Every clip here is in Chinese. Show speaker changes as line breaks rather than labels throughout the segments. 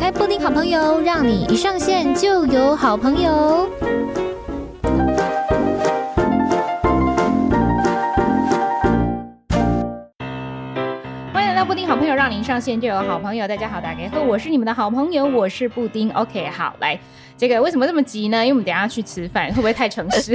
开布丁好朋友，让你一上线就有好朋友。欢迎来到布丁好朋友，让您上线就有好朋友。大家好，打给后，我是你们的好朋友，我是布丁。OK，好，来，这个为什么这么急呢？因为我们等一下要去吃饭，会不会太诚实？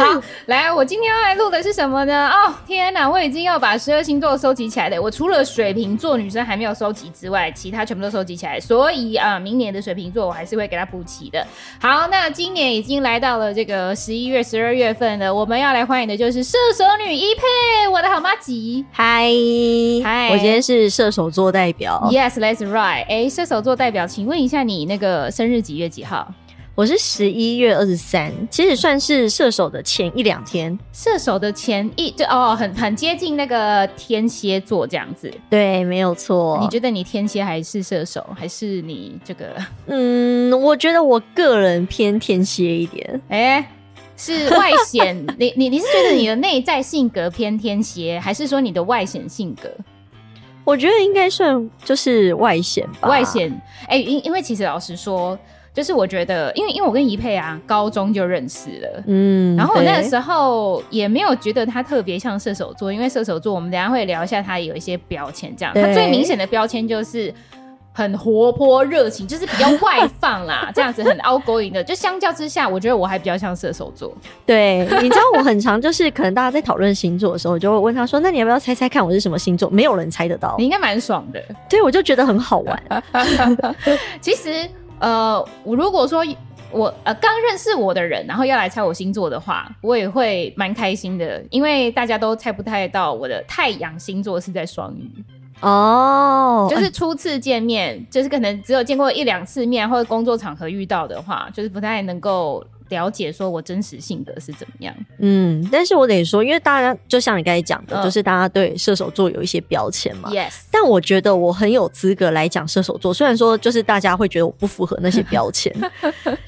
好，来，我今天要来录的是什么呢？哦，天哪，我已经要把十二星座收集起来了。我除了水瓶座女生还没有收集之外，其他全部都收集起来。所以啊、呃明年的水瓶座我还是会给它补齐的。好，那今年已经来到了这个十一月、十二月份了，我们要来欢迎的就是射手女一佩，我的好妈吉。
嗨
嗨
我今天是射手座代表
Yes, that's right。哎，射手座代表，请问一下你那个生日几月几号？
我是十一月二十三，其实算是射手的前一两天。
射手的前一就哦，很很接近那个天蝎座这样子。
对，没有错。
你觉得你天蝎还是射手，还是你这个？
嗯，我觉得我个人偏天蝎一点。
哎、是外显？你你你是觉得你的内在性格偏天蝎，还是说你的外显性格？
我觉得应该算就是外显吧。
外显，哎、因因为其实老实说，就是我觉得，因为因为我跟怡佩啊，高中就认识了。
嗯，
然后我那个
对
时候也没有觉得他特别像射手座，因为射手座我们等一下会聊一下他有一些标签，这样他
对
最明显的标签就是很活泼热情，就是比较外放啦，这样子很 outgoing 的。就相较之下，我觉得我还比较像射手座。
对，你知道我很常就是可能大家在讨论星座的时候，我就会问他说：“那你要不要猜猜看我是什么星座？”没有人猜得到
你。应该蛮爽的。
对，我就觉得很好玩。
其实呃，我如果说我呃刚认识我的人，然后要来猜我星座的话，我也会蛮开心的，因为大家都猜不太到我的太阳星座是在双鱼。
哦，
就是初次见面，就是可能只有见过一两次面，或者工作场合遇到的话，就是不太能够了解说我真实性格是怎么样。
嗯，但是我得说，因为大家就像你刚才讲的，
嗯
就是大家对射手座有一些标签嘛。
Yes，
但我觉得我很有资格来讲射手座，虽然说就是大家会觉得我不符合那 些标签，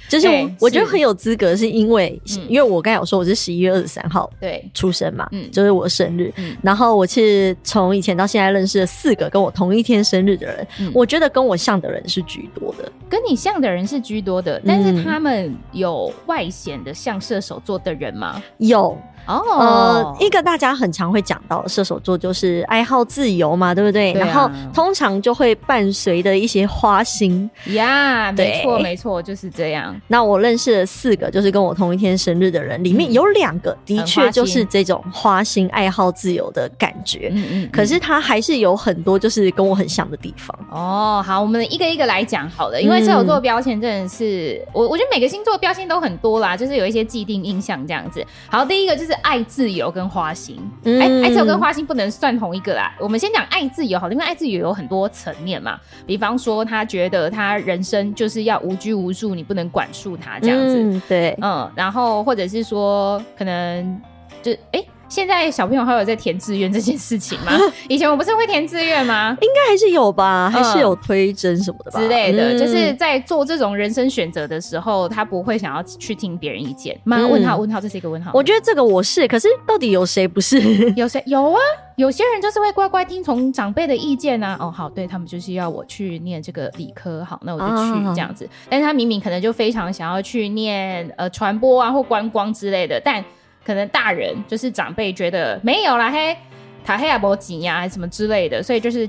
就是我
对
我觉得
是
很有资格，是因为、
嗯
因为我刚才有说我是十一月二十三号
对，
出生嘛，
嗯
就是我生日。
嗯
然后我是从以前到现在认识了四个跟我同一天生日的人，
嗯
我觉得跟我像的人是居多的。
跟你像的人是居多的，但是
嗯
他们有外显的像射手座的人吗？
有
哦
呃，，一个大家很常会讲到的射手座就是爱好自由嘛，对不对？
对啊
然后通常就会伴随的一些花心。
呀没
对
错没错，就是这样。
那我认识了四个，就是跟我同一天生日的人，里面
嗯
有两个的
很
确
花心
就是这种花心、爱好自由的感觉。
嗯嗯，
可是他还是有很多就是跟我很像的地方。
哦，好，我们一个一个来讲好了，因为
嗯
射手座标签真的是，我我觉得每个星座标签都很多啦，就是有一些既定印象这样子。好，第一个就是爱自由跟花心，
嗯
哎、爱自由跟花心不能算同一个啦。我们先讲爱自由好了，因为爱自由有很多层面嘛，比方说他觉得他人生就是要无拘无束，你不能管束他这样子，嗯
嗯对，
然后或者是说可能就哎。现在小朋友还有在填志愿这件事情吗？以前我不是会填志愿吗？
应该还是有吧，还
嗯
是有推甄什么的吧
之类的，
嗯
就是在做这种人生选择的时候，他不会想要去听别人意见。妈，
嗯
问号问号，这是一个问号。
我觉得这个我是，可是到底有谁不是？
有谁有啊？有些人就是会乖乖听从长辈的意见啊。哦，好，对他们就是要我去念这个理科，好，那我就去
啊
这样子。但是他明明可能就非常想要去念呃传播啊或观光之类的，但可能大人就是长辈觉得没有啦，嘿，塔黑亚伯吉呀啊什么之类的，所以就是。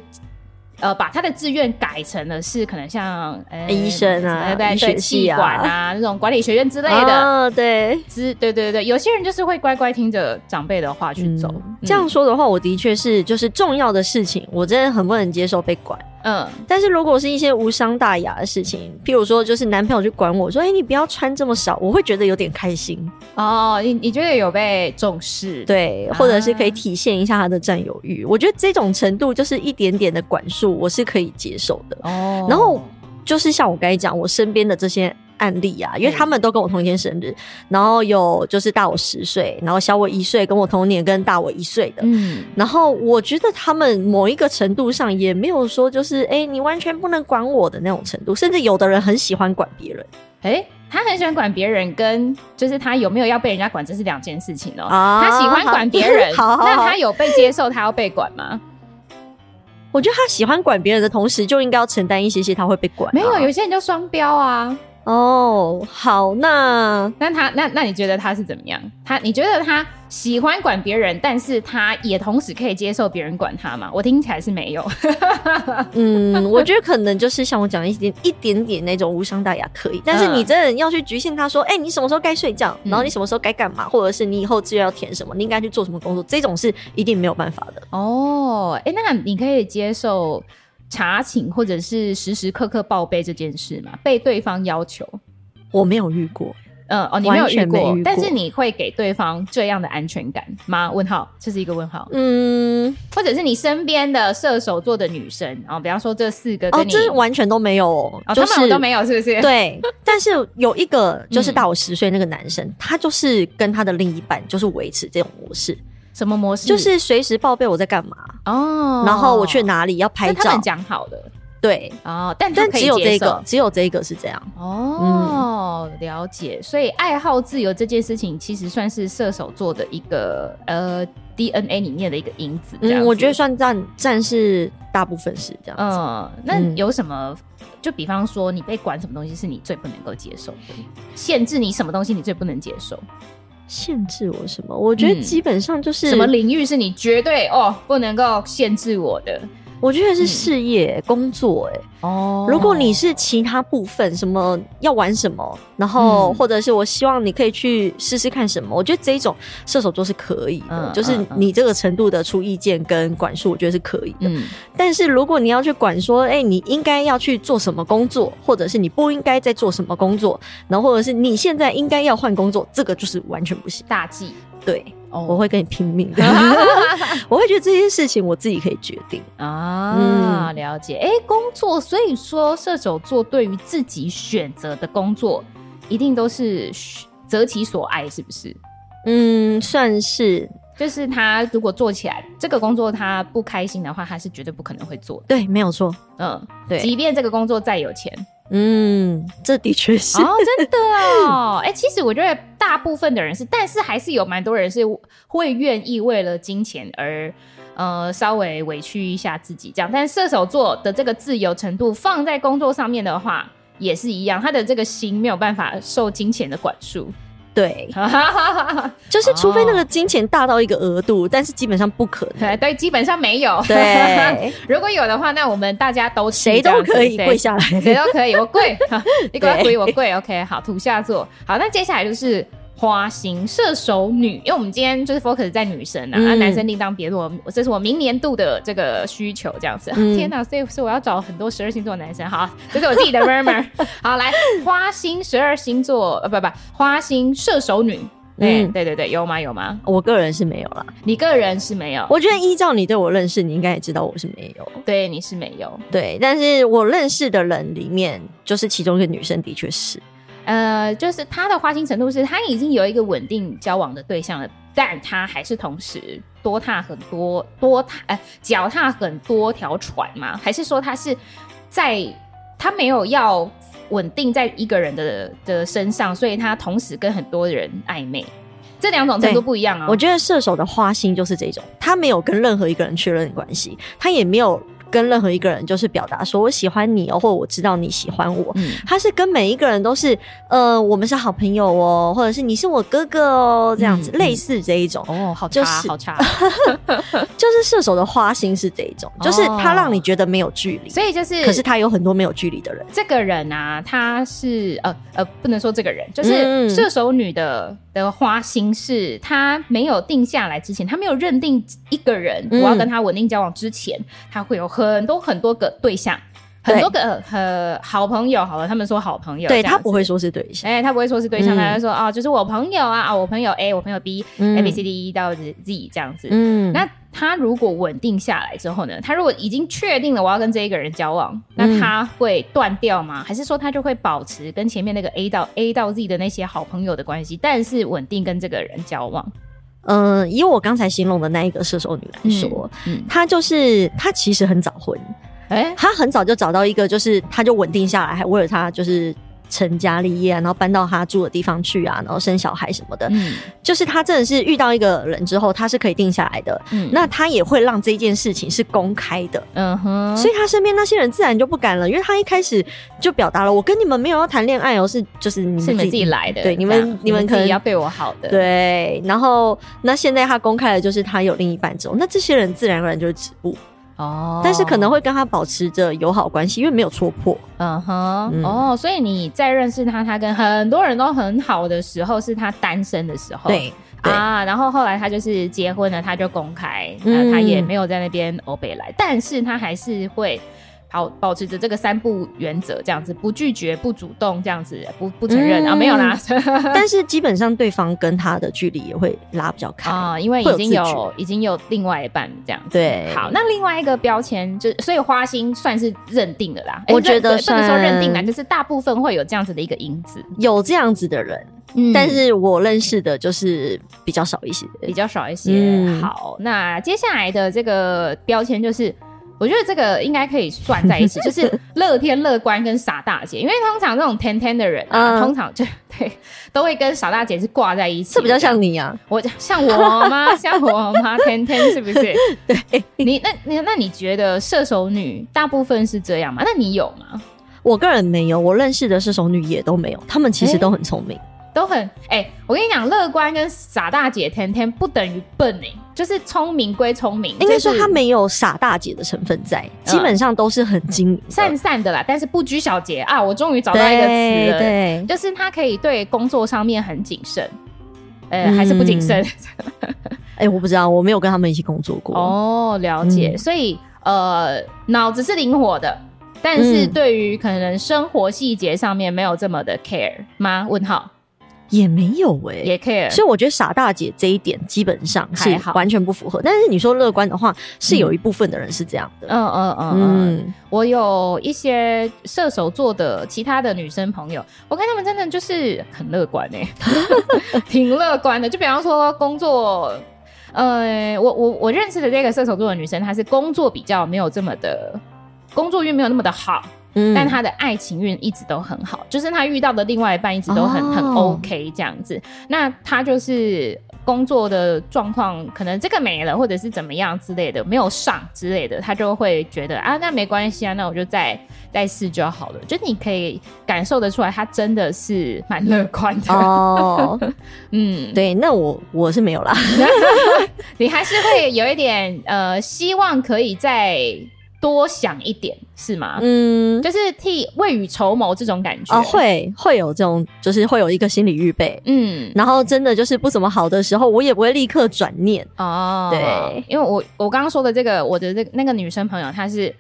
呃，把他的志愿改成了是可能像、呃
医生啊
对对
医
对，
学系
气
啊
管 啊那种管理学院之类的，
啊，对。
之对对对，有些人就是会乖乖听着长辈的话去走，
嗯
嗯
这样说的话，我的确是就是重要的事情，我真的很不能接受被管。
嗯，
但是如果是一些无伤大雅的事情，譬如说就是男朋友去管我说：“哎、你不要穿这么少。”我会觉得有点开心，
哦，你你觉得有被重视？，
对，
啊
或者是可以体现一下他的占有欲。我觉得这种程度就是一点点的管束，我是可以接受的。
哦
然后就是像我刚才讲，我身边的这些案例啊，因为他们都跟我同一天生日，然后有就是大我十岁，然后小我一岁，跟我同年跟大我一岁的，
嗯，
然后我觉得他们某一个程度上也没有说就是哎、诶你完全不能管我的那种程度，甚至有的人很喜欢管别人
诶，他很喜欢管别人，跟就是他有没有要被人家管，这是两件事情哦。
啊
他喜欢管别人，
好好
那
好
他有被接受，他要被管吗？
我觉得他喜欢管别人的同时，就应该要承担一些些他会被管啊、
没有，有些人就双标啊。
哦，好，那
那他那那你觉得他是怎么样？他你觉得他喜欢管别人，但是他也同时可以接受别人管他吗？我听起来是没有。
嗯， 我觉得可能就是像我讲的一点一点点那种无伤大雅可以，但是你真的要去局限他说，哎、你什么时候该睡觉，
嗯
然后你什么时候该干嘛，或者是你以后志愿要填什么，你应该去做什么工作，这种是一定没有办法的。
哦，哎、那你可以接受查寝或者是时时刻刻报备这件事吗？被对方要求？
我没有遇过，
呃，哦，你没有
完
遇
全
过，
没遇
但是
过
你会给对方这样的安全感吗？问号，这是一个问号，
嗯，
或者是你身边的射手座的女生啊、哦比方说这四个
哦，
跟你，
这是完全都没有哦，
哦
就
他们
是
都没有，是不嗯是？，
对，但是有一 个就是大我十岁那个男生，他就是跟他的另一半就是维持这种模式，
什么模式？
就是随时报备我在干嘛，
哦，
然后我去哪里要
那
拍
他
照
们，讲好的
对，
哦，但他
但
可以
只有
接
这
受
个，嗯只有这一个是这样，
哦，了解。所以爱好自由这件事情，其实算是射手座的一个呃 DNA 里面的一个因子。这样
嗯，
子
我觉得，算占占是大部分是这样子。
嗯，那
嗯
有什么？就比方说，你被管什么东西是你最不能够接受的，限制你什么东西你最不能接受，
限制我什么？我觉
嗯
得基本上就是
什么领域是你绝对哦不能够限制我的。
我觉
嗯
得是事业、工作、欸，
哦
如果你是其他部分什么要玩什么，然后
嗯
或者是我希望你可以去试试看什么，我觉得这一种射手座是可以的，
嗯
就是
嗯嗯
你这个程度的出意见跟管束，我觉得是可以的。
嗯
但是如果你要去管说，哎、你应该要去做什么工作，或者是你不应该在做什么工作，然后或者是你现在应该要换工作，这个就是完全不行。
大忌
对，
哦
我会跟你拼命 的，我会觉得这些事情我自己可以决定。
啊，
嗯
了解。哎、工作，所以说射手座对于自己选择的工作，一定都是选择其所爱，是不是？
嗯，算是
就是他如果做起来这个工作他不开心的话，他是绝对不可能会做的。
对，没有错。
嗯，
对
即便这个工作再有钱
嗯，这的确 是。
哦，真的哦。哎、其实我觉得大部分的人是，但是还是有蛮多人是会愿意为了金钱而。呃，稍微委屈一下自己这样，但射手座的这个自由程度放在工作上面的话，也是一样，他的这个心没有办法受金钱的管束，
对，就是除非那个金钱大到一个额度，但是基本上不可 能。
对，基本上没有。，
对，
如果有的话，那我们大家都去
谁
这
都
样子
可以
对
跪下来。
谁都可以，我跪，你给我
对
跪，我跪。OK，好，土下座。好，那接下来就是花心射手女，因为我们今天就是 focus 在女生啊，
嗯
啊男生另当别论。我这是我明年度的这个需求，这样子。啊
嗯
天哪，所以所以我要找很多十二星座的男生。好，这是我自己的 murmur。好，来花心十二星座，呃，不不，花心射手女。哎对、
嗯
对对对，有吗？有吗？
我个人是没有啦，
你个人是没有，
我觉得依照你对我认识，你应该也知道我是没有。
对你是没有。
对，但是我认识的人里面，就是其中一个女生的确是，
呃，就是他的花心程度是，他已经有一个稳定交往的对象了，但他还是同时多踏很多多踏呃脚踏很多条船吗？还是说他是在他没有要稳定在一个人的的身上，所以他同时跟很多人暧昧？这两种程度
对
不一样啊、
我觉得射手的花心就是这种，他没有跟任何一个人确认关系，他也没有跟任何一个人就是表达说我喜欢你哦，或我知道你喜欢我，
嗯，
他是跟每一个人都是，呃，我们是好朋友哦，或者是你是我哥哥哦，这样子，
嗯
类似这一种，
哦，好差，
就是
好差。
就是射手的花心是这一种，就是他让你觉得没有距 离，
哦所以就是，
可是他有很多没有距离的人，
这个人啊，他是呃呃，不能说这个人，就
嗯
是射手女的的花心是，她没有定下来之前，她没有认定一个人，
嗯
我要跟他稳定交往之前，她会有很多很多个对象，
对
很多个呃好朋友。好了，他们说好朋友，
对
这样
他
子
不会。说是对象，
哎、他不会说是对象，
嗯
他会说哦，就是我朋友啊，啊，我朋友 A，我朋友 B，A、
嗯
B C D E 到 Z 这样子。
嗯，
哎那他如果稳定下来之后呢？他如果已经确定了我要跟这一个人交往，那
嗯
他会断掉吗？还是说他就会保持跟前面那个 A 到 A 到 Z 的那些好朋友的关系，但是稳定跟这个人交往？
嗯、以我刚才形容的那一个射手女来说。
嗯，
她就是她其实很早婚，
哎、
她很早就找到一个，就是她就稳定下来，还为了他就是成家立业啊，然后搬到他住的地方去啊，然后生小孩什么的，
嗯
就是他真的是遇到一个人之后，他是可以定下来的。
嗯
那他也会让这件事情是公开的，
嗯哼，
所以他身边那些人自然就不敢了，因为他一开始就表达了，我跟你们没有要谈恋爱哦，是就是你们
嗯是
自
你们自己
己。
来的，
对你们
这样
你们可
自己
能
要对我好的，，
对，然后那现在他公开了，就是他有另一半之后，那这些人自然而然就是止步，
哦，
但是可能会跟他保持着友好关系，因为没有戳破。
嗯哼，
嗯
哦，所以你在认识他，他跟很多人都很好的时候，是他单身的时候，
对，对
啊，然后后来他就是结婚了，他就公开，嗯、
嗯
他也没有在那边欧北来，但是他还是会保保持着这个三不原则，这样子不拒绝、不主动，这样子不不承认、
嗯
啊，没有啦，
但是基本上对方跟他的距离也会拉比较开。
啊，因为
会
已
有
经
自
有
觉
已经有另外一半这样子，
对
好，那另外一个标签就，所以花心算是认定了啦。
我
诶
觉得
认对不能说
算
认定啦，就是大部分会有这样子的一个因子，
有这样子的人，
嗯
但是我认识的就是比较少一些。
比较少一些。
嗯
好，那接下来的这个标签就是。我觉得这个应该可以算在一起， 就是乐天、乐观跟傻大姐，因为通常这种甜甜的人啊，
嗯
通常就对都会跟傻大姐是挂在一起的。
这比较像你啊，
我像我吗？像我吗？天天是不是？ 对， 你那你那你觉得射手女大部分是这样吗？那你有吗？
我个人没有，我认识的射手女也都没有，她们其实都很聪明。
都很哎、我跟你讲，乐观跟傻大姐天天不等于笨哎、就是聪明归聪明，
应该
就
说
是
她没有傻大姐的成分在，
嗯
基本上都是很精明的。
散散的啦，但是不拘小节啊！我终于找到一个词了，
对，
就是她可以对工作上面很谨慎，呃，
嗯
还是不谨 慎、
哎、我不知道，我没有跟他们一起工作过。
哦，了解。
嗯
所以呃，脑子是灵活的，但是
嗯
对于可能生活细节上面没有这么的 care 吗？问号
也没有哎、
也 care，
所以我觉得傻大姐这一点基本上
还
是
好
完全不符合，但是你说乐观的话，是有一部分的人是这样的。
嗯嗯嗯嗯，
嗯，
我有一些射手座的其他的女生朋友，我看她们真的就是很乐观哎、 挺乐观的。就比方说工作，呃，我我我认识的这个射手座的女生，她是工作比较没有这么的，工作运没有那么的好，
嗯
但他的爱情运一直都很好，就是他遇到的另外一半一直都很、很
哦
OK 这样子。那他就是工作的状况，可能这个没了，或者是怎么样之类的，没有上之类的，他就会觉得啊，那没关系啊，那我就再再试就好了。就你可以感受得出来，他真的是蛮乐观的。
哦，
嗯，
对，那我我是没 有啦。
你还是会有一点呃，希望可以再多想一点，是吗？
嗯，
就是替未雨绸缪这种感觉
哦，，会会有这种，就是会有一个心理预备。
嗯，
然后真的就是不怎么好的时候，我也不会立刻转念。
哦，
对，
因为我我刚刚说的这个，我的这那个女生朋友，她是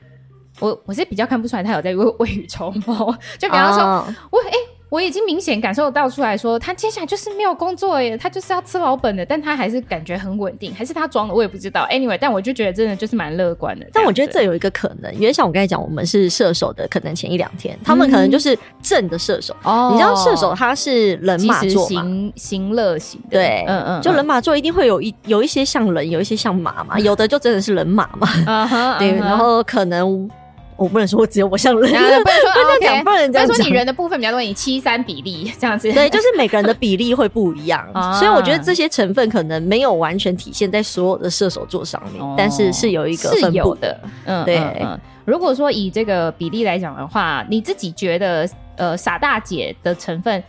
我我是比较看不出来她有在 未未雨绸缪，就
就
比方说、
哦、
我哎、我已经明显感受到出来说，她接下来就是没有工作耶，她就是要吃老本的，但她还是感觉很稳定，还是她装的，我也不知道。Anyway，但我就觉得真的就是蛮乐观的。
但我
样子
觉得这有一个可能，因为像我刚才讲，我们是射手的，可能前一两天，他们可能就是正的射手。
哦
你知道射手他是人
及
马
时
座嘛？
行行乐型的，
对
嗯嗯，
就
嗯
人马座一定会有一有一些像人，有一些像马嘛，有的就真的是人马嘛。
嗯哼，
对，
嗯哼
然。后可能我不能说我只有我像人，
然后 不能说 哦
不能这样
OK，
讲，不能
不
这
能
样
说
讲
你。人的部分比较多，你七三比例这样子。
对，就是每个人的比例会不一样
啊，
所以我觉得这些成分可能没有完全体现在所有的射手座上面
哦，
但是是有一个
是
分
有
布
的。，嗯，
对
嗯嗯如果说以这个比例来讲的话，你自己觉得呃傻大姐的成分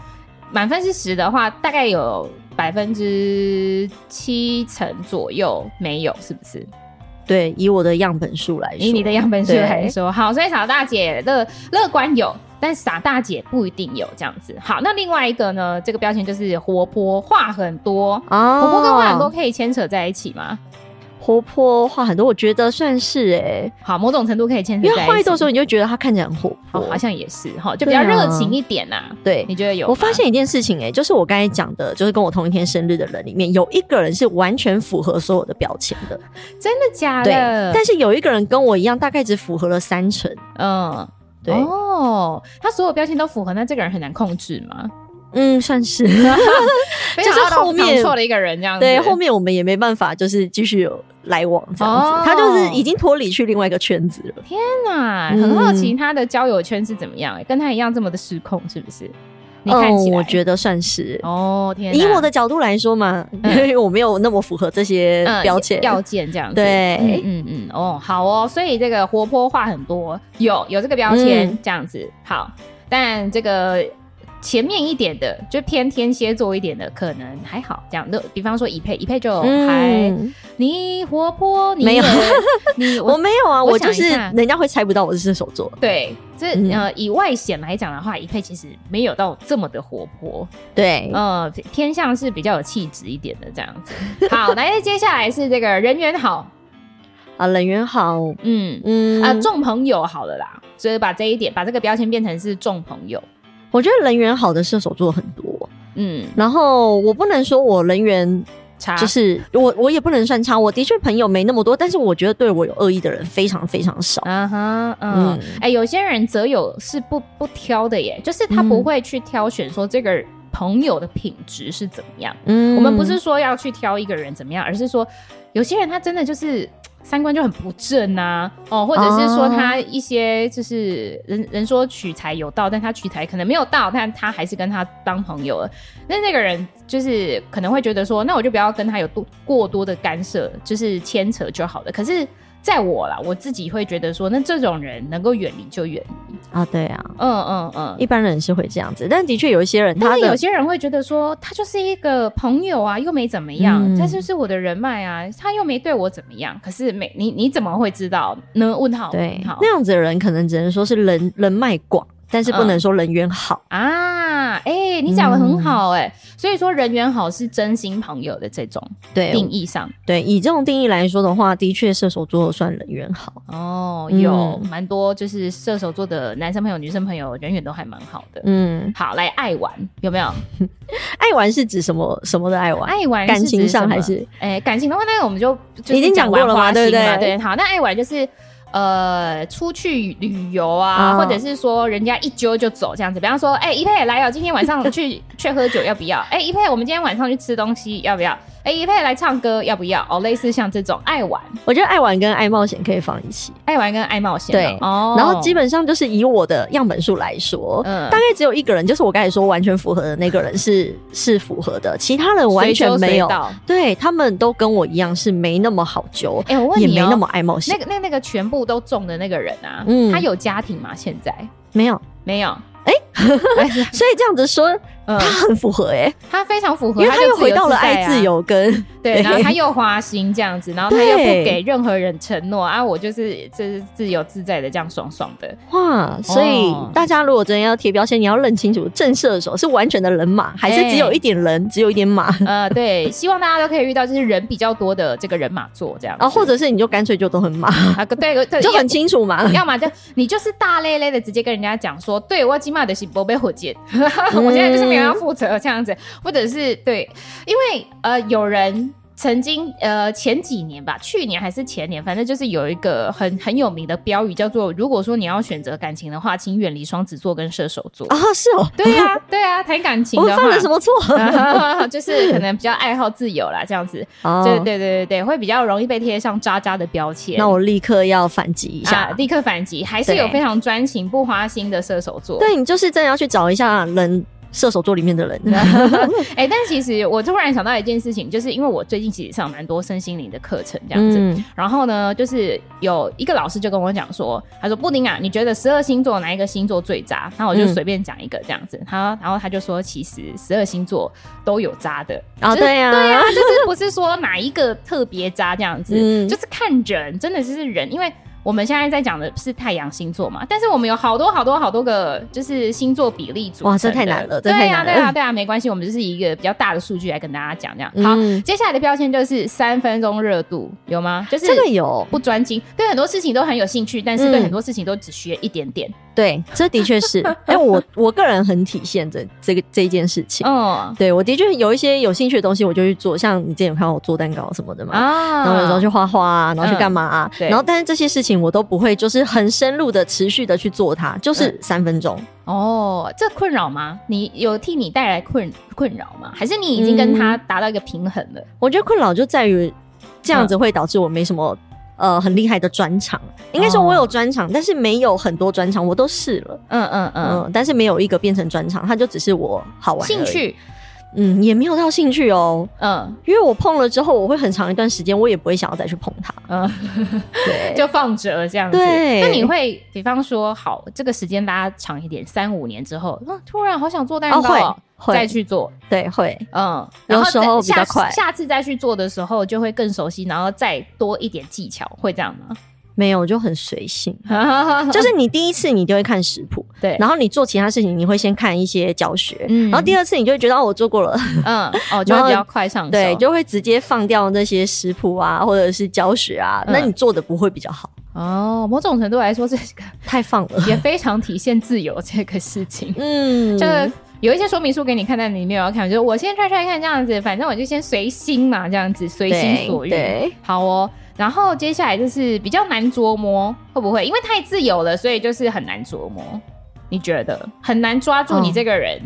满分是十的话，大概有百分之七成左右没有，是不是？
对，以我的样本数来说，
以你的样本数
对
来说，好，所以傻大姐乐乐观有，但傻大姐不一定有这样子。好，那另外一个呢，这个标签就是活泼，话很多。
啊
活泼跟话很多可以牵扯在一起吗？
活泼话很多，我觉得算是哎、
好，某种程度可以牵扯
因
在一
为
起。
话一多的时候，你就觉得他看起来很活泼、
哦，好像也是哈，就比较
对啊
热情一点呐、
对
你。觉得有吗？
我发现一件事情、哎，就是我刚才讲的，就是跟我同一天生日的人里面，有一个人是完全符合所有的标签的，
真的假
对。
的？
但是有一个人跟我一样，大概只符合了三成，
嗯，
对，
哦，他所有标签都符合，那这个人很难控制 吗？
嗯，算是。
就是
后面
错的一个人这样子，
对，后面我们也没办法，就是继续来往这样子，
哦
他就是已经脱离去另外一个圈子了。
天哪，
嗯
很好奇他的交友圈是怎么样、欸跟他一样这么的失控，是不是？你看起
嗯，
来，
我觉得算是。
哦，天哪，
以我的角度来说嘛， 因
嗯
为我没有那么符合这些
嗯
标签，
要件这样子，
对
嗯嗯嗯，哦，好哦，所以这个活泼话很多，有有这个标签、
嗯
这样子，好，但这个。前面一点的，就偏天蝎座一点的，可能还好。这样，就比方说一配，一配就哎还、
嗯，
你活泼，你
没有
也你
我
我
没有啊，
我
我
想
就
一
是
下
人家会猜不到我是射手座，
对这、
嗯
呃以外显来讲的话，一配其实没有到这么的活泼，
对，
呃偏向是比较有气质一点的这样子。好，来，接下来是这个人缘好，
啊，人缘好，
嗯，
嗯
啊，重朋友好了啦，所以把这一点，把这个标签变成是重朋友。
我觉得人缘好的射手座很多，
嗯，
然后我不能说我人缘
差
就是、我，我也不能算差，我的确朋友没那么多，但是我觉得对我有恶意的人非常非常少。
啊哈，嗯
嗯，
哎、有些人择友是不不挑的耶，就是他不
嗯
会去挑选说这个朋友的品质是怎么样。
嗯
我们不是说要去挑一个人怎么样，而是说有些人他真的就是。三观就很不正啊，哦，或者是说
哦
他一些就是人人说取材有道，但他取材可能没有道，但他还是跟他当朋友了。那那个人就是可能会觉得说，那我就不要跟他有多过多的干涉，就是牵扯就好了。可是在我啦，我自己会觉得说，那这种人能够远离就远离。
啊，对啊，
嗯嗯嗯，
一般人是会这样子，但的确有一些人
但
他
是
的
有些人会觉得说，他就是一个朋友啊，又没怎么样，
嗯
他就是我的人脉啊，他又没对我怎么样。可是没你你怎么会知道呢？问号
对
问号
那样子的人，可能只能说是人人脉广，但是不能说人缘好。
啊，哎、你讲的很好
嗯
哎、所以说人缘好是真心朋友的这种定
对
义上
对，以这种定义来说的话，的确射手座算人缘好。
哦，
嗯
有蛮、多就是射手座的男生朋友、女生朋友人缘都还蛮好的。
嗯，
好，来爱玩有没有？
爱玩是指什么什么的爱玩？
爱玩是
感情
指什
上
么
还是
哎、感情的话，那我们就、就是
已经讲过了
玩
嘛
花心
对不
嘛
对
对，好，那爱玩就是呃，出去旅游啊，
哦
或者是说人家一揪就走这样子。比方说，哎、一佩来哦，今天晚上去 去喝酒要不要？哎、一佩，我们今天晚上去吃东西要不要？哎、一佩来唱歌要不要？哦，类似像这种爱玩、
我觉得爱玩跟爱冒险可以放一起。
爱玩跟爱冒险
对
嘛，哦，
然后基本上就是以我的样本数来说，
嗯
大概只有一个人，就是我刚才说完全符合的那个人是是符合的，其他人完全没有
随。到。
对他们都跟我一样是没那么好揪，
哎、我问
也
你、
没
哦，
那么爱冒险
那。个那那个全部都中的那个人啊，
嗯
他有家庭吗？现在
没有，
没有。
所以这样子说
嗯
他，很符合哎、
他非常符合，
因为他
就
又回到了
在啊
爱自由跟
对，然后他又花心这 样子，然后他
对
又不给任何人承诺啊，我就是这是自由自在的这样爽爽的，
哇，所以
哦
大家如果真的要贴标签，你要认清楚正射手是完全的人马，还是只有一点人，只有一点马，
呃，对，希望大家都可以遇到就是人比较多的这个人马座这样子，
哦然后或者是你就干脆就都很马，
啊，对对，
就很清楚 嘛。
要么就你就是大咧咧的直接跟人家讲说，对我起码的是不被火箭， 我现在就是没有要负责这样子，或者是对，因为呃有人。曾经，呃，前几年吧，去年还是前年，反正就是有一个很很有名的标语，叫做“如果说你要选择感情的话，请远离双子座跟射手座”
啊，是哦，
对呀、 对呀、谈感情
我
的
们
话，
犯了什么错？
么？ 就是可能比较爱好自由啦，这样子。
哦
对对对对对，会比较容易被贴上渣渣的标签。
那我立刻要反击一下。
啊，立刻反击，还是
对
有非常专情不花心的射手座。
对你就是真的要去找一下人射手座里面的人，
哎、但其实我突然想到一件事情，就是因为我最近其实上蛮多身心灵的课程这样子，
嗯，
然后呢，就是有一个老师就跟我讲说，他说布丁啊，你觉得十二星座哪一个星座最渣？然后我就
嗯
随便讲一个这样子，他然后他就说，其实十二星座都有渣的，
啊，
就是
对呀、
对啊，就是不是说哪一个特别渣这样子，
嗯
就是看人，真的就是人，因为。我们现在在讲的是太阳星座嘛，但是我们有好多好多好多个就是星座比例组成的
哇这太难了这
对
太
呀、
难了
对呀、对呀、啊没关系，我们就是以一个比较大的数据来跟大家讲这样。好，
嗯
接下来的标签就是三分钟热度，有吗？就是
这个有，
不专精，对很多事情都很有兴趣，但是对
嗯
很多事情都只学一点点。
对，这的确 是，哎、我我个人很体现这这个这一件事情。
嗯
对我的确有一些有兴趣的东西，我就去做，像你之前有看我做蛋糕什么的嘛。
啊，嗯
然后有时候去画画啊，然后去干嘛啊？
对
然后但是这些事情我都不会，就是很深入的、持续的去做它，
嗯
就是三分钟。
哦，这困扰吗？你有替你
嗯
带来困困扰吗？还是你已经跟他达到一个平衡了？
我觉得困扰就在于这样子会导致我没什么
嗯
呃很厉害的专场。应该说我
哦
有专场，但是没有很多专场，我都试了，
嗯嗯嗯，
嗯，但是没有一个变成专场，它就只是我好玩而已
兴，趣，
嗯，也没有到兴趣哦。
嗯
因为我碰了之后，我会很长一段时间，我也不会想要再去碰它。
嗯，
对，
就放着这样子。
对
那你会，比方说，好，这个时间拉长一点，三五年之后，嗯，突然好想做蛋糕
哦会
哦，
会
再去做，
对会，
嗯，然后
有时候
再
比较
下次
快
下次再去做的时候就会更熟悉，然后再多一点技巧，会这样吗？
没有就很 随性。
就
就是是你第一次你就会看食谱，
对，
然后你做其他事情你会先看一些教学，
嗯
然后第二次你就会觉得哦我做过 了，
嗯，哦，就会
然后
比较快上手，
对，就会直接放掉那些食谱啊或者是教学啊，
嗯
那你做的不会比较好，
哦，某种程度来说，这个
太放了。
也非常体现自由这个事情。
嗯，
就是有一些说明书给你看，但你没有要看，就是我先踹踹看这样子，反正我就先随心嘛，这样子随心所欲
对对。
好哦，然后接下来就是比较难捉摸，会不会因为太自由了，所以就是很难琢磨？你觉得很难抓
嗯
住你这个人，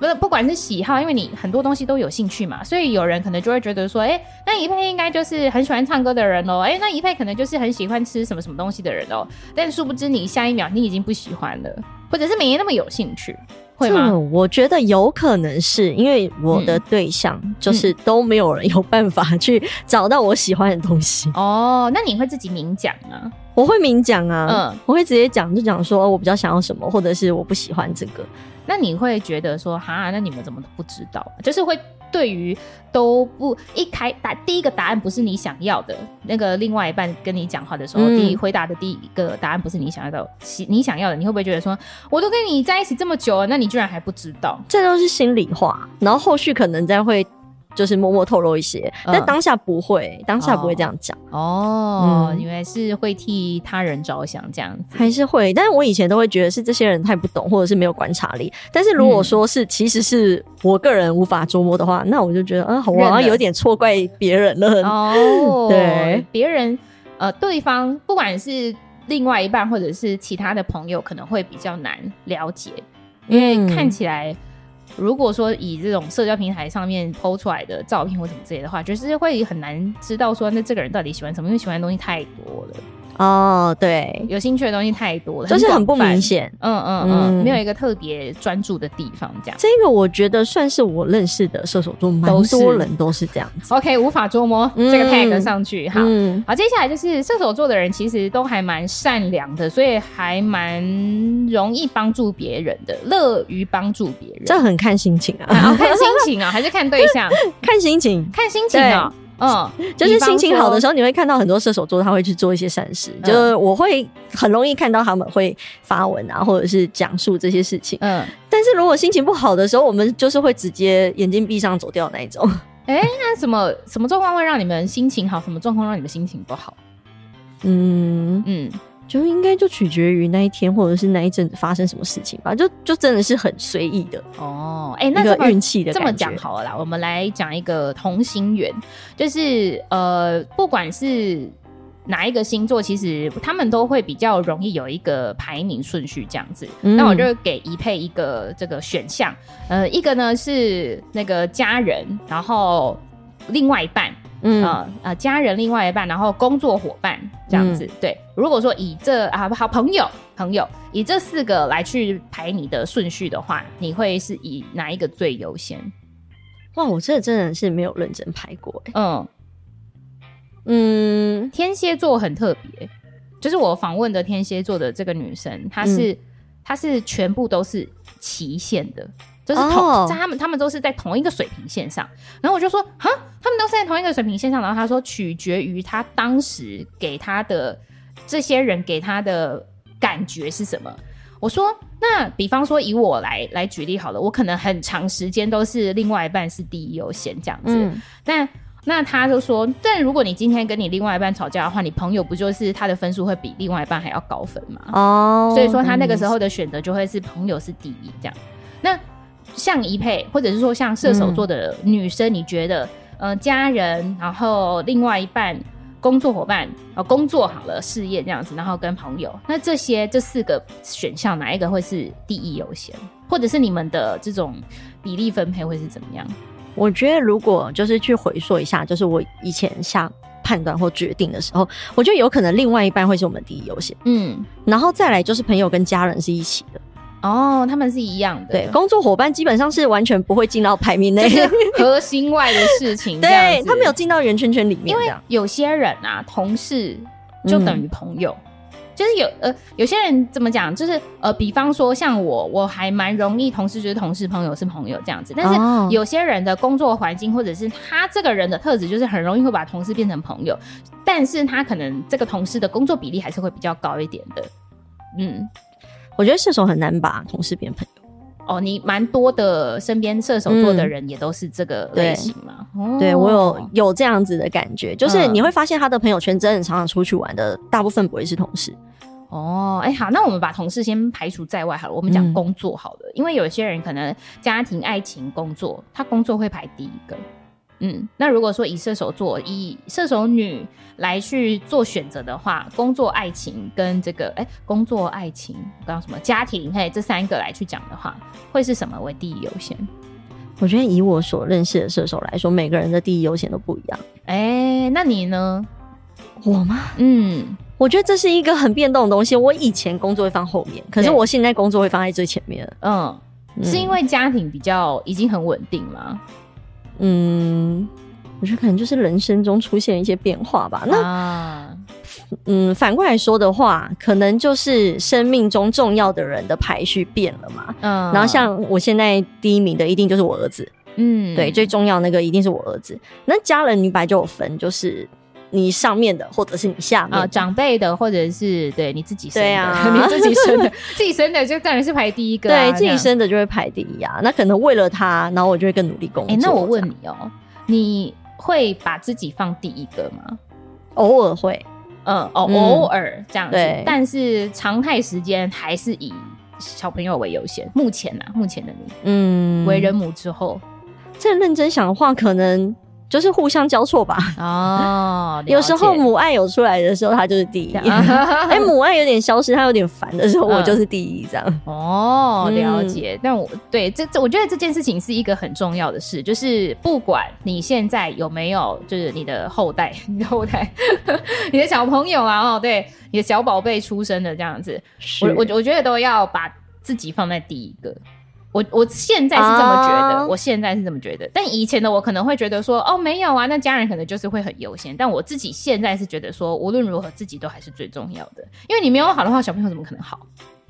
不是不管是喜好，因为你很多东西都有兴趣嘛，所以有人可能就会觉得说，哎、那一佩应该就是很喜欢唱歌的人哦，哎、那一佩可能就是很喜欢吃什么什么东西的人哦，但殊不知你下一秒你已经不喜欢了，或者是没那么有兴趣，会吗？嗯
这我觉得有可能是因为我的对象就是都没有人有办法去找到我喜欢的东西，
哦，那你会自己明讲吗？
我会明讲啊，
嗯
我会直接讲，就讲说哦我比较想要什么，或者是我不喜欢这个。
那你会觉得说，哈，那你们怎么都不知道？就是会对于都不一开答第一个答案不是你想要的，那个另外一半跟你讲话的时候，
嗯
第一回答的第一个答案不是你想要的，喜你想要的，你会不会觉得说，我都跟你在一起这么久了，那你居然还不知道？
这都是心里话，然后后续可能再会就是默默透露一些，
嗯
但当下不会，当下不会这样讲，
哦，
嗯
原来是会替他人着想这样子。
还是会。但是我以前都会觉得是这些人太不懂，或者是没有观察力。但是如果说
嗯
是、其实是我个人无法捉摸的话，那我就觉得，嗯，好我好
认
像
了
有点错怪别人了。
哦，
嗯 对，
别人呃，对方不管是另外一半或者是其他的朋友，可能会比较难了解，因为
嗯
看起来，如果说以这种社交平台上面剖出来的照片或什么之类的话，就是会很难知道说那这个人到底喜欢什么，因为喜欢的东西太多了，
哦，对，
有兴趣的东西太多了，
就是很不
广泛
明。显。
嗯嗯嗯，
嗯
没有一个特别专注的地方，这样。
这个我觉得算是我认识的射手座，蛮
都是
多人都是这样子。
OK，无法捉摸、
嗯
这个 tag 上去，好。
嗯，
好，接下来就是射手座的人，其实都还蛮善良的，所以还蛮容易帮助别人的，乐于帮助别人。
这很看心情
然后
啊，
看心情啊、还是看对象？
看心情。
看心情啊、 嗯，
就是心情好的时
候，
候，你会看到很多射手座他会去做一些善事，
嗯
就是我会很容易看到他们会发文啊，或者是讲述这些事情。
嗯，
但是如果心情不好的时候，我们就是会直接眼睛闭上走掉那一种。
那什么什么状况会让你们心情好？什么状况让你们心情不好？
嗯，
嗯，
就应该就取决于那一天或者是那一阵子发生什么事情吧，就就真的是很随意的
哦，哎、那
一
这
个
么
运气的
这么
感觉
讲。好了啦，我们来讲一个同心圆，就是呃，不管是哪一个星座，其实他们都会比较容易有一个排名顺序这样子。
嗯
那我就给一配一个这个选项，呃，一个呢是那个家人，然后另外一半，
嗯，
呃呃，家人另外一半，然后工作伙伴这样子。对，如果说以这啊好朋友朋友以这四个来去排你的顺序的话，你会是以哪一个最优先？
哇，我这真的是没有认真拍过、欸。
嗯，
嗯，
天蝎座很特别，就是我访问的天蝎座的这个女生，她是、
嗯
她是全部都是期限的，就是同、
哦
在他们他们都是在同一个水平线上。然后我就说哈，他们都是在同一个水平线上。然后她说取决于她当时给她的这些人给她的感觉是什么。我说，那比方说以我来来举例好了，我可能很长时间都是另外一半是第一优先这样子，
嗯
那那他就说，但如果你今天跟你另外一半吵架的话，你朋友不就是他的分数会比另外一半还要高分吗？
哦，
所以说他那个时
候，
候的选择就会是朋友是第一这样。那像一配，或者是说像射手座的女生，你觉得，呃，家人，然后另外一半。工作伙伴，呃，工作好了，事业这样子，然后跟朋友，那这些这四个选项哪一个会是第一优先，或者是你们的这种比例分配会是怎么样？
我觉得如果就是去回溯一下，就是我以前下判断或决定的时候，我觉得有可能另外一半会是我们第一优先，
嗯，
然后再来就是朋友跟家人是一起的。
哦，他们是一样的，
对，工作伙伴基本上是完全不会进到排名内
这，是核心外的事 情，这样
对
子
他没有进到圆圈圈里面
因
这
为
样。
有些人啊，同事就等于朋友。嗯就是有呃，有些人怎么讲？就是呃，比方说像我，我还蛮容易同事就是同事，朋友是朋友这样子。但
哦
是有些人的工作环境，或者是他这个人的特质，就是很容易会把同事变成朋友。但是他可能这个同事的工作比例还是会比较高一点的。嗯，
我觉得射手很难把同事变朋友。
哦，你蛮多的身边射手座的
嗯
人也都是这个
对
类型嘛？哦
对我有有这样子的感觉，就是
嗯
你会发现他的朋友圈真的常常出去玩的，大部分不会是同事。
哦，哎、好，那我们把同事先排除在外好了，我们讲
嗯
工作好了，因为有些人可能家庭、爱情、工作，他工作会排第一个。嗯，那如果说以射手座、以射手女来去做选择的话，工作、爱情跟这个哎、工作、爱情，刚刚什么家庭，嘿，这三个来去讲的话，会是什么为第一优先？
我觉得以我所认识的射手来说，每个人的第一优先都不一样。
哎、那你呢？
我吗？
嗯，
我觉得这是一个很变动的东西。我以前工作会放后面，可是
对
我现在工作会放在最前面了。
嗯，
嗯
是因为家庭比较已经很稳定吗？
嗯，我觉得可能就是人生中出现一些变化吧。那
啊，
嗯，反过来说的话，可能就是生命中重要的人的排序变了嘛。
嗯
然后像我现在第一名的一定就是我儿子，
嗯
对，最重要那个一定是我儿子。那家人女白就有分，就是你上面的或者是你下面
啊、
的
长辈的或者是对你自己生的，
对啊
你自己生的，自己生的就当然是排第一个、啊，
对自
这
己
样。
生的就会排第一啊。那可能为了他，然后我就会更努力工作。
哎、那我问
这样，
你哦、你会把自己放第一个吗？
偶尔会，
嗯，哦，
嗯
偶尔这样子
对，
但是常态时间还是以小朋友为优先。目前啊，目前的你、
嗯，
为人母之后，
这认真想的话，可能就是互相交错吧。
哦，了
有时候
解
母爱有出来的时候，他就是第一。
啊
哎、母爱有点消失，他有点烦的时候，
嗯
我就是第一这样。
哦，了
嗯
解。但我对这这，我觉得这件事情是一个很重要的事，就是不管你现在有没有，就是你的后代， 你的后代，你的小朋友啊，哦，对，你的小宝贝出生的这样子，我我我觉得都要把自己放在第一个。我我现在是这么觉得，
啊
我现在是这么觉得。但以前的我可能会觉得说，哦，没有啊，那家人可能就是会很优先。但我自己现在是觉得说，无论如何自己都还是最重要的，因为你没有好的话，小朋友怎么可能好？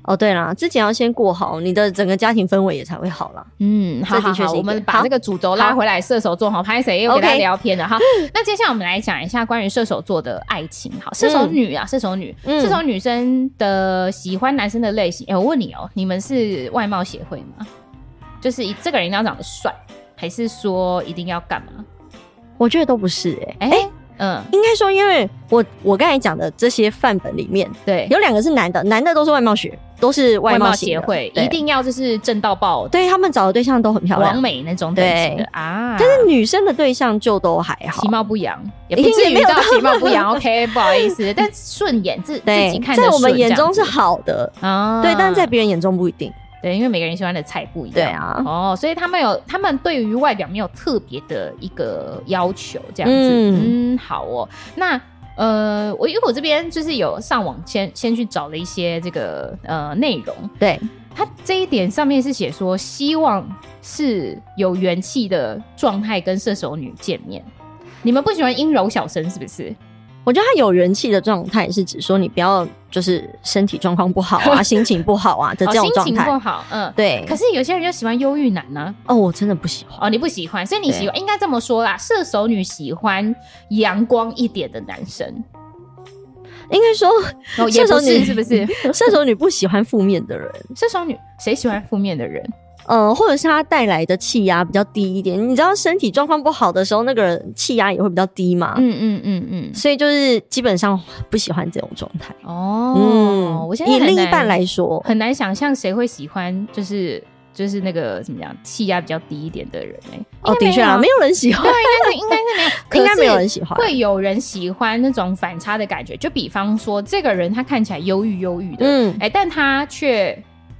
哦，对啦，自己要先过好，你的整个家庭氛围也才会好啦。
嗯，好
这
好
的确
好，
是一
我们
个
把
好
这个主轴拉
好
回来，射手座好，拍谁又给
OK
大家聊偏 了哈。那接下来我们来讲一下关于射手座的爱情，好，射手女啊，射手女，
嗯
射手女生的喜欢男生的类型，哎，我问你哦，你们是外貌协会吗？就是一这个人一定要长得帅，还是说一定要干嘛？
我觉得都不是哎、
哎，嗯，
应该说，因为我我刚才讲的这些范本里面，
对，
有两个是男的，男的都是外貌学，都是外
貌
貌
协
型的
会
对
一定要就是正到爆，
对他们找的对象都很漂
完
亮，
美那种等级的
对
啊。
但是女生的对象就都还好
其。貌不扬，也
也
不至于
没有
到
到
其貌不 扬。OK，不好意思，但顺眼自自己
对
看，得
在我们
顺
眼
这样
中是
子
好的，
啊
对，但是在别人眼中不一定。
对，因为每个人喜欢的菜不一样。
对啊
哦，所以他们有他们对于外表没有特别的一个要求，这样子。嗯
嗯
好哦，那。呃，我因为我这边就是有上网先先去找了一些这个呃内容，
对，
它这一点上面是写说希望是有元气的状态跟射手女见面。你们不喜欢阴柔小生是不是？
我觉得他有元气的状态是指说你不要就是身体状况不好 啊，心情不好啊的
哦，
这种状
心情
态。
不好，嗯，
对
可，是有些人就喜欢忧郁男啊呢、
哦，我真的不喜欢。
哦，你不喜欢，所以你喜欢应该这么说啦，射手女喜欢阳光一点的男生，
应 该说，
哦，也
射
不
手
是
女
是不是？
射手女不喜欢负面的人，
射手女谁喜欢负面的人？
呃，或者是他带来的气压比较低一点。你知道身体状况不好的时候，那个人气压也会比较低嘛。
嗯嗯嗯嗯，
所以就是基本上不喜欢这种状态。
哦，
嗯，
我现在
以
很
另一
难
半来说，
很难想象谁会喜欢，就是就是那个怎么讲，气压比较低一点的人哎、
哦，的确啊，没
有，
有人喜欢，
对，，应该是应该是没有
应该没有
可是
人喜欢。
会有人喜欢那种反差的感觉，就比方说这个人他看起来忧郁忧郁的，
嗯，
哎、但他却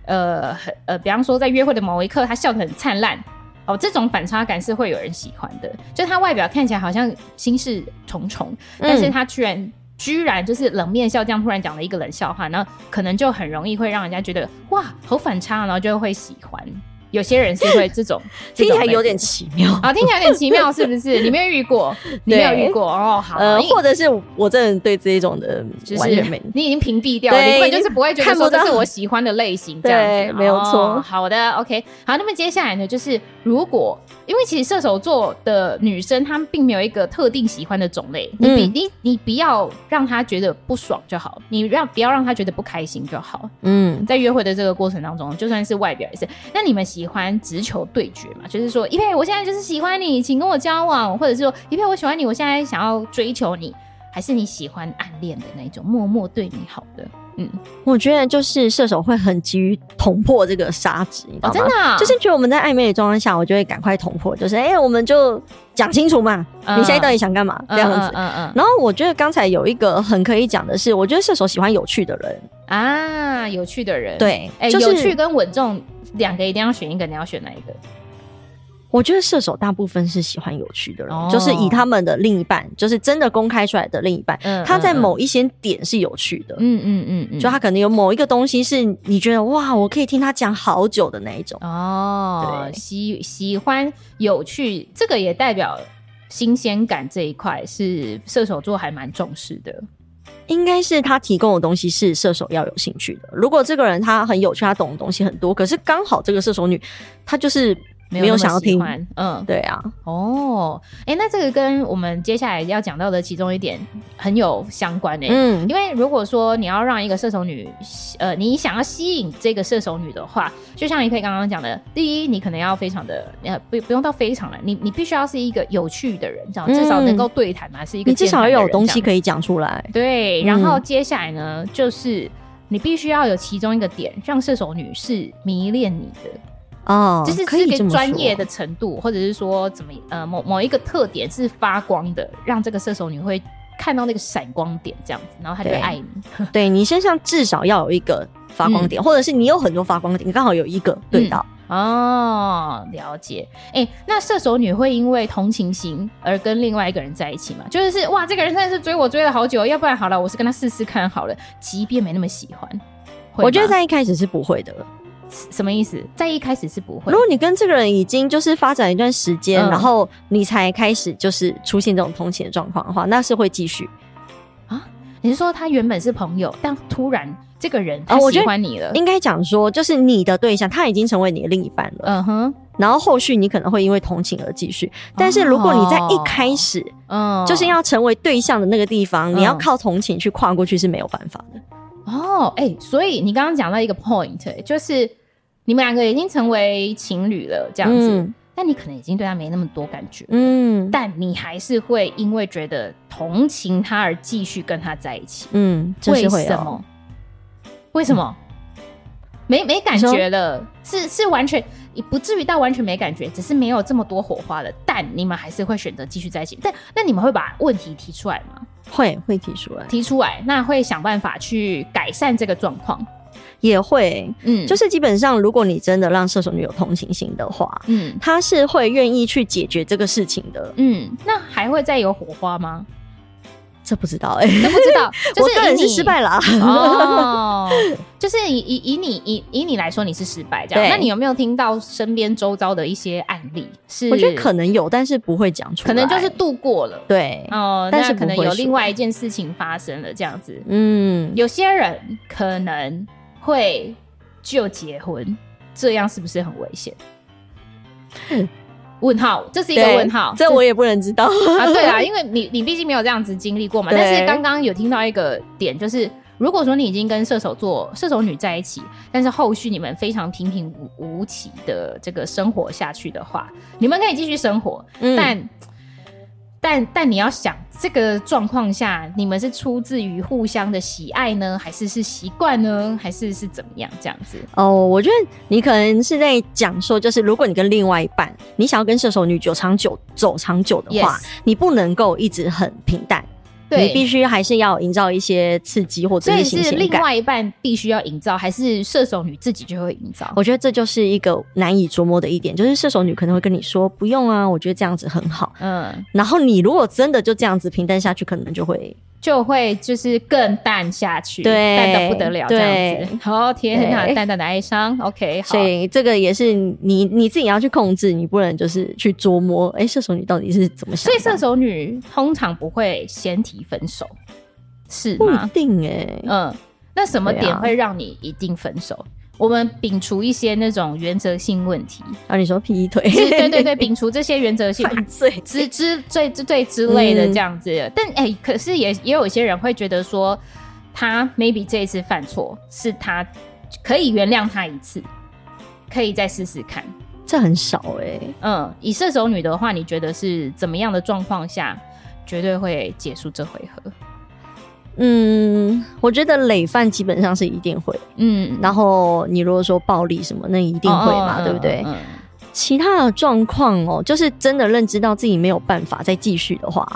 呃很呃，比方说在约会的某一刻，他笑得很灿烂，哦，这种反差感是会有人喜欢的，就他外表看起来好像心事重重，但
嗯
是他居然、居然就是冷面笑匠突然讲了一个冷笑话，然后可能就很容易会让人家觉得哇，好反差啊，然后就会喜欢。有些人是会这 种，
听起
这种
来
类型
有点奇妙。
啊，听起来有点奇妙，是不是？你没有遇 过，你没有遇过哦，好，
呃，
因为
或者是我真的对这一种的
就
完全 没
是你已经屏蔽掉了，
对
你根本就是不会觉得
看
说
不
这
到
是我喜欢的类型，这样
对
子，
没有错
哦好的，OK，好，那么接下来呢，就是如果因为其实射手座的女生她们并没有一个特定喜欢的种类，你比
嗯
你你不要让她觉得不爽就好，你让不要让她觉得不开心就好。
嗯，
在约会的这个过程当中，就算是外表也是。那你们喜欢直球对决嘛？就是说，一佩，我现在就是喜欢你，请跟我交往，或者是说，一佩，我喜欢你，我现在想要追求你，还是你喜欢暗恋的那种，默默对你好的？
我觉得就是射手会很急于捅破这个沙子，你知道
哦，
吗？
真的啊、
就是觉得我们在暧昧的状态下，我就会赶快捅破，就是哎、我们就讲清楚嘛，
嗯
你现在到底想干嘛、这样子。
嗯嗯嗯
然后我觉得刚才有一个很可以讲的是，我觉得射手喜欢有趣的人，
嗯啊，有趣的人，，
对，
哎、
就是
有趣跟稳重两个一定要选一个，你要选哪一个？
我觉得射手大部分是喜欢有趣的人，
哦
就是以他们的另一半，就是真的公开出来的另一半，
嗯
他在，某一些点是有趣的，
嗯嗯嗯嗯，
就他可能有某一个东西是你觉得哇，我可以听他讲好久的那一种。
哦，
对
喜喜欢有趣，这个也代表新鲜感这一块是射手座还蛮重视的。
应该是他提供的东西是射手要有兴趣的。如果这个人他很有趣，他懂的东西很多，可是刚好这个射手女她就是没
那
有
么
想要
喜
听，
欢嗯，
对啊，
哦，哎、那这个跟我们接下来要讲到的其中一点很有相关诶、
嗯，
因为如果说你要让一个射手女，呃，你想要吸引这个射手女的话，就像你可以刚刚讲的，第一，你可能要非常的，呃，不不用到非常了，你你必须要是一个有趣的人，这样至少能够对谈嘛，是一个
嗯你至
健
少
谈的
要有
人
东
这样
西可以讲出来。
对，然
嗯
后接下来呢，就是你必须要有其中一个点，让射手女是迷恋你的，
哦，
就是
可以
这
这
个
么
专业
说
的程度，或者是说怎么呃某某一个特点是发光的，让这个射手女会看到那个闪光点这样子，然后她就会
对
爱你。
对你身上至少要有一个发光
嗯
点，或者是你有很多发光点，你刚好有一个对到。
哦，了解。哎、那射手女会因为同情心而跟另外一个人在一起吗？就是哇，这个人真的是追我追了好久，要不然好了，我是跟他试试看好了，即便没那么喜欢。会
我觉得
吗
在一开始是不会的。
什么意思？在一开始是不会
如。果你跟这个人已经就是发展一段时间，
嗯
然后你才开始就是出现这种同情的状况的话，那是会继续。
你是说他原本是朋友，但突然这个人他
啊我
喜
觉得
欢你了？
应该讲说，就是你的对象他已经成为你的另一半了，
嗯哼，
然后后续你可能会因为同情而继续。但是如果你在一开始
嗯，
就是要成为对象的那个地方，
嗯
你要靠同情去跨过去是没有办法的。
哦，哎、所以你刚刚讲到一个 point，、哎就是你们两个已经成为情侣了，这样子，那、你可能已经对他没那么多感觉，
嗯嗯，嗯
但你还是会因为觉得同情他而继续跟他在一起，
嗯，就是会
为什
有。
么？为什么？没没感
你说
觉了，是是完全也不至于到完全没感觉，只是没有这么多火花了。但你们还是会选择继续在一起。但那你们会把问题提出来吗？
会会提出来，
提出来，那会想办法去改善这个状况。
也会，
嗯，
就是基本上，如果你真的让射手女有同情心的话，
嗯
她是会愿意去解决这个事情的。
嗯，那还会再有火花吗？
这不知道哎、
这不知 道，就
我
是
个人
以
是
你
失败了啊。
哦，就是以以以你以以你来说你是失败这样，
对
那你有没有听到身边周遭的一些案例？是
我觉得可能有，但是不会讲出
嗯可
来，
能就是度过了
对，
哦，
但
那
是
可能
不会
有
说
另外一件事情发生了这样子。
嗯，
有些人可能会就结婚，这样是不是很危险？问号，这是一个
对
问号。
这我也不能知 道。
啊，对啊，因为你你毕竟没有这样子经历过嘛。
对
但是刚刚有听到一个点，就是如果说你已经跟射手座、射手女在一起，但是后续你们非常平平无无奇的这个生活下去的话，你们可以继续生活，
嗯
但。但但你要想，这个状况下，你们是出自于互相的喜爱呢，还是是习惯呢，还是是怎么样这样子？
哦，我觉得你可能是在讲说，就是如果你跟另外一半，你想要跟射手女久长久走长久的话
Yes
你不能够一直很平淡，
对
你必须还是要营造一些刺激或者
所以
是新
是
鲜
另
感。
外一半必须要营造，还是射手女自己就会营造？
我觉得这就是一个难以琢磨的一点，就是射手女可能会跟你说不用啊，我觉得这样子很好。
嗯，
然后你如果真的就这样子平淡下去，可能就会
就会就是更淡下去，
对
淡到不得了这样子。好、天哪，
对
淡淡的哀伤。OK，好
所，以这个也是你你自己要去控制，你不能就是去琢磨，哎、射手女到底是怎么想
所
的
以
啊？
射手女通常不会先提分手，是
不
吗
一？定哎、
嗯，那什么
对
点
啊
会让你一定分手？我们摒除一些那种原则性问 题，
啊，你说劈腿？
是对对对，摒除这些原则性
犯罪
之之最之最之类的这样子。
嗯
但哎、可是也也有一些人会觉得说，他 maybe 这一次犯错是他可以原谅他一次，可以再试试看。
这很少哎、
嗯，以射手女的话，你觉得是怎么样的状况下绝对会结束这回合？
嗯，我觉得累犯基本上是一定会，
嗯，
然后你如果说暴力什么，那一定会嘛，
哦
对不对？
嗯嗯
其他的状况哦，就是真的认知到自己没有办法再继续的话，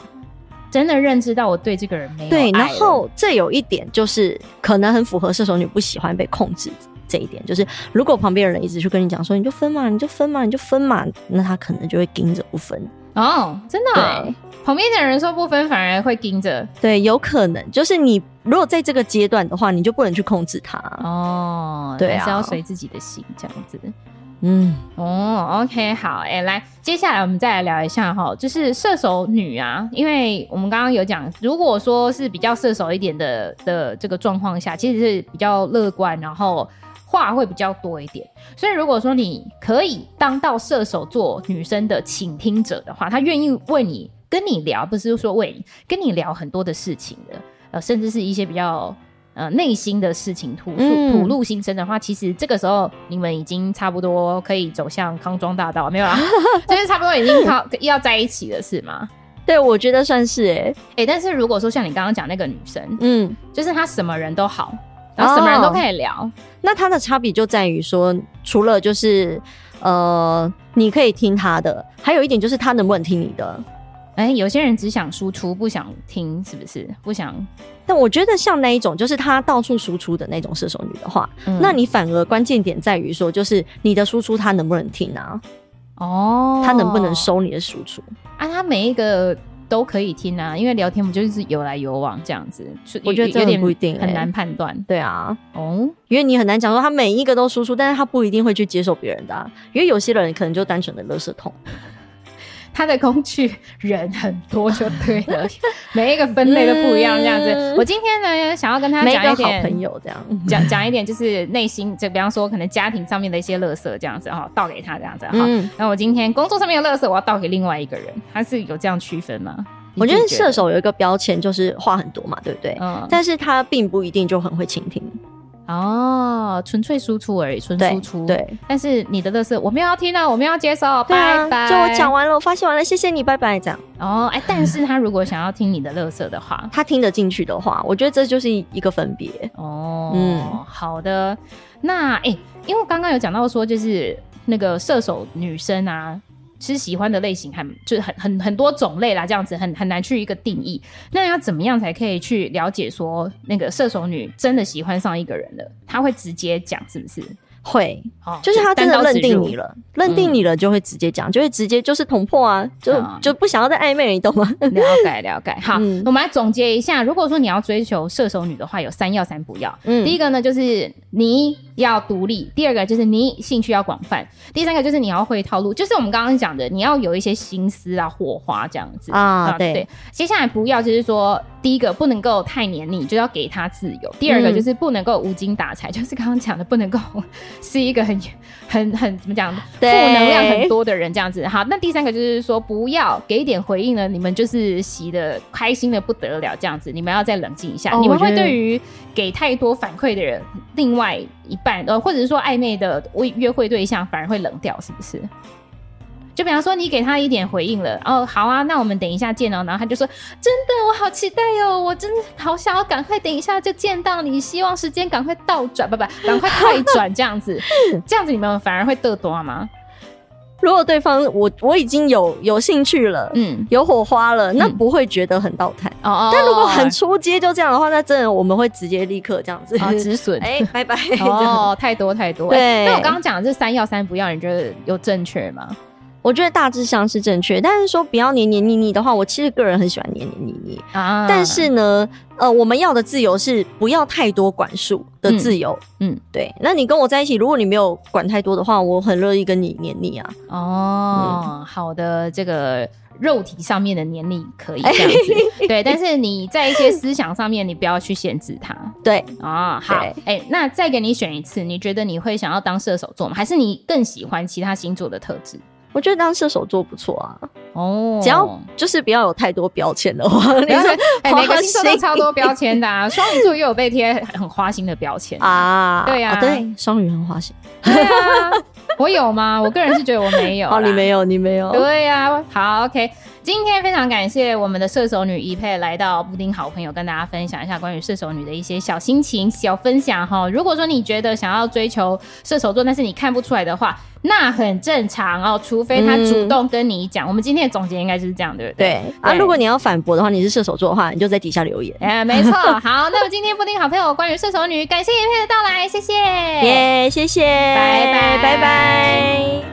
真的认知到我对这个人没有
对。然
爱了
后这有一点就是可能很符合射手女不喜欢被控制这一点，就是如果旁边的人一直去跟你讲说你就分嘛，你就分嘛，你就分嘛，那他可能就会盯着不分。
哦，真的啊、
对
旁边的人说不分，反而会盯着
对，有可能就是你如果在这个阶段的话，你就不能去控制他。
哦，
对
还是要
啊
随自己的心这样子。
嗯，
哦，OK，好，哎、来，接下来我们再来聊一下哈，就是射手女啊，因为我们刚刚有讲，如果说是比较射手一点的的这个状况下，其实是比较乐观，然后话会比较多一点。所以如果说你可以当到射手座女生的倾听者的话，她愿意为你跟你聊，不是说为你跟你聊很多的事情的，呃，甚至是一些比较。呃，内心的事情吐
嗯
吐吐露心声的话，其实这个时候你们已经差不多可以走向康庄大道，没 有啦，就是差不多已经靠要在一起了，是吗？
对，我觉得算是哎、
哎、但是如果说像你刚刚讲那个女生，
嗯，
就是她什么人都好，然后什么人都
哦
可以聊，
那它的差别就在于说，除了就是呃，你可以听他的，还有一点就是他能不能听你的。
哎、有些人只想输出，不想听，是不是？不想，
但我觉得像那一种，就是他到处输出的那种射手女的话，
嗯
那你反而关键点在于说，就是你的输出他能不能听啊？
哦，
他能不能收你的输出？
啊？他每一个都可以听啊，因为聊天不就是有来有往这样子？是
我觉得
有
这
有点
不一定
很
欸
难判断
对啊，
哦。
因为你很难讲说他每一个都输出，但是他不一定会去接受别人的、啊，因为有些人可能就单纯的垃圾桶。
他的工具人很多就对 了，每一个分类都不一样这样子
嗯。
我今天呢，想要跟他
每一
讲
个
一
好
点嗯
朋友这样，
讲 讲一点，就是内心，就比方说可能家庭上面的一些垃圾这样子哈，倒给他这样子哈。哦
嗯，
那我今天工作上面的垃圾，我要倒给另外一个人，他是有这样区分吗？
我
你
觉
自
得
己
射，手有一个标签就是话很多嘛，对不对？
嗯，
但是他并不一定就很会倾听，
哦，纯粹输出而已，纯
对
输出。，
对
但是你的垃圾我没有要听啊到，我没有要接受，
对
拜
啊，
拜。
就我讲完 了，我发泄完了，谢谢你，拜拜，这样
哦，哎，但是他如果想要听你的垃圾的话，
他听得进去的话，我觉得这就是一个分别。
哦，
嗯
好的。那哎、因为刚刚有讲到说，就是那个射手女生啊，其实喜欢的类型很就是很很很多种类啦，这样子很很难去一个定义。那要怎么样才可以去了解说那个射手女真的喜欢上一个人了？她会直接讲是不是？
会，
哦，
就是他真的
单刀
认
直
定
入
你。了，认定你了就会直接讲，就会直接就是捅破啊，就、
嗯
就不想要再暧昧，你懂吗？
了解了解，好，
嗯
我们来总结一下。如果说你要追求射手女的话，有三要三不要。
嗯
第一个呢，就是你要独立；第二个就是你兴趣要广泛；第三个就是你要会套路，就是我们刚刚讲的，你要有一些心思啊、火花这样子
啊对
接下来不要就是说，第一个不能够太黏腻，就要给他自由；第二个
嗯
就是不能够无精打采，就是刚刚讲的，不能够 是一个很很很怎么讲，负
对
能量很多的人这样子。好，那第三个就是说，不要给一点回应呢，你们就是洗的开心的不得了这样子，你们要再冷静一下。
哦
你们
我觉
会
得
对于给太多反馈的人，另外一半呃，或者是说暧昧的约约会对象，反而会冷掉，是不是？就比方说，你给他一点回应了，哦，好啊，那我们等一下见哦。然后他就说：“真的，我好期待哦，我真的好想要赶快等一下就见到你，希望时间赶快倒转，不不，赶快快转这样子，这样子你们反而会得多吗？
如果对方我我已经有有兴趣了，
嗯，
有火花了，那
嗯
不会觉得很倒谈。
哦哦，
但如果很出街就这样的话，那真的我们会直接立刻这样子，
啊止损。
哎、拜拜，这 样。
哦，太多太多。
对
那我刚刚讲的这三要三不要，你觉得有正确吗？
我觉得大致上是正确，但是说不要黏黏腻腻的话，我其实个人很喜欢黏黏腻腻。
啊，
但是呢，呃，我们要的自由是不要太多管束的自由。
嗯嗯
对。那你跟我在一起，如果你没有管太多的话，我很乐意跟你黏腻啊。嗯
哦，好的，这个肉体上面的年龄可
哎
以这样子， 对，但是你在一些思想上面，你不要去限制它
对，
哦。好，哎
对、
那再给你选一次，你觉得你会想要当射手座吗？还是你更喜欢其他星座的特质？
我觉得当射手座不错啊，
哦，
只要就是不要有太多标签的话，你
不要
说
说哎、每个
花
星座都
心
超多标签的 啊，双鱼座也有被贴很花心的标签。
啊，
对啊
啊对，双鱼很花心。
对啊，我有吗？我个人是觉得我没有啦。
哦，你没有，你没有。
对呀、好，OK。今天非常感谢我们的射手女一佩来到布丁好朋友，跟大家分享一下关于射手女的一些小心情、小分享哈。如果说你觉得想要追求射手座，但是你看不出来的话，那很正常哦，除非他主动跟你讲。我们今天的总结应该就是这样，对不对？
对啊，如果你要反驳的话，你是射手座的话，你就在底下留言。
哎、没错。好，那么今天布丁好朋友关于射手女，感谢一佩的到来，谢谢。
耶，谢谢，
拜拜
拜拜。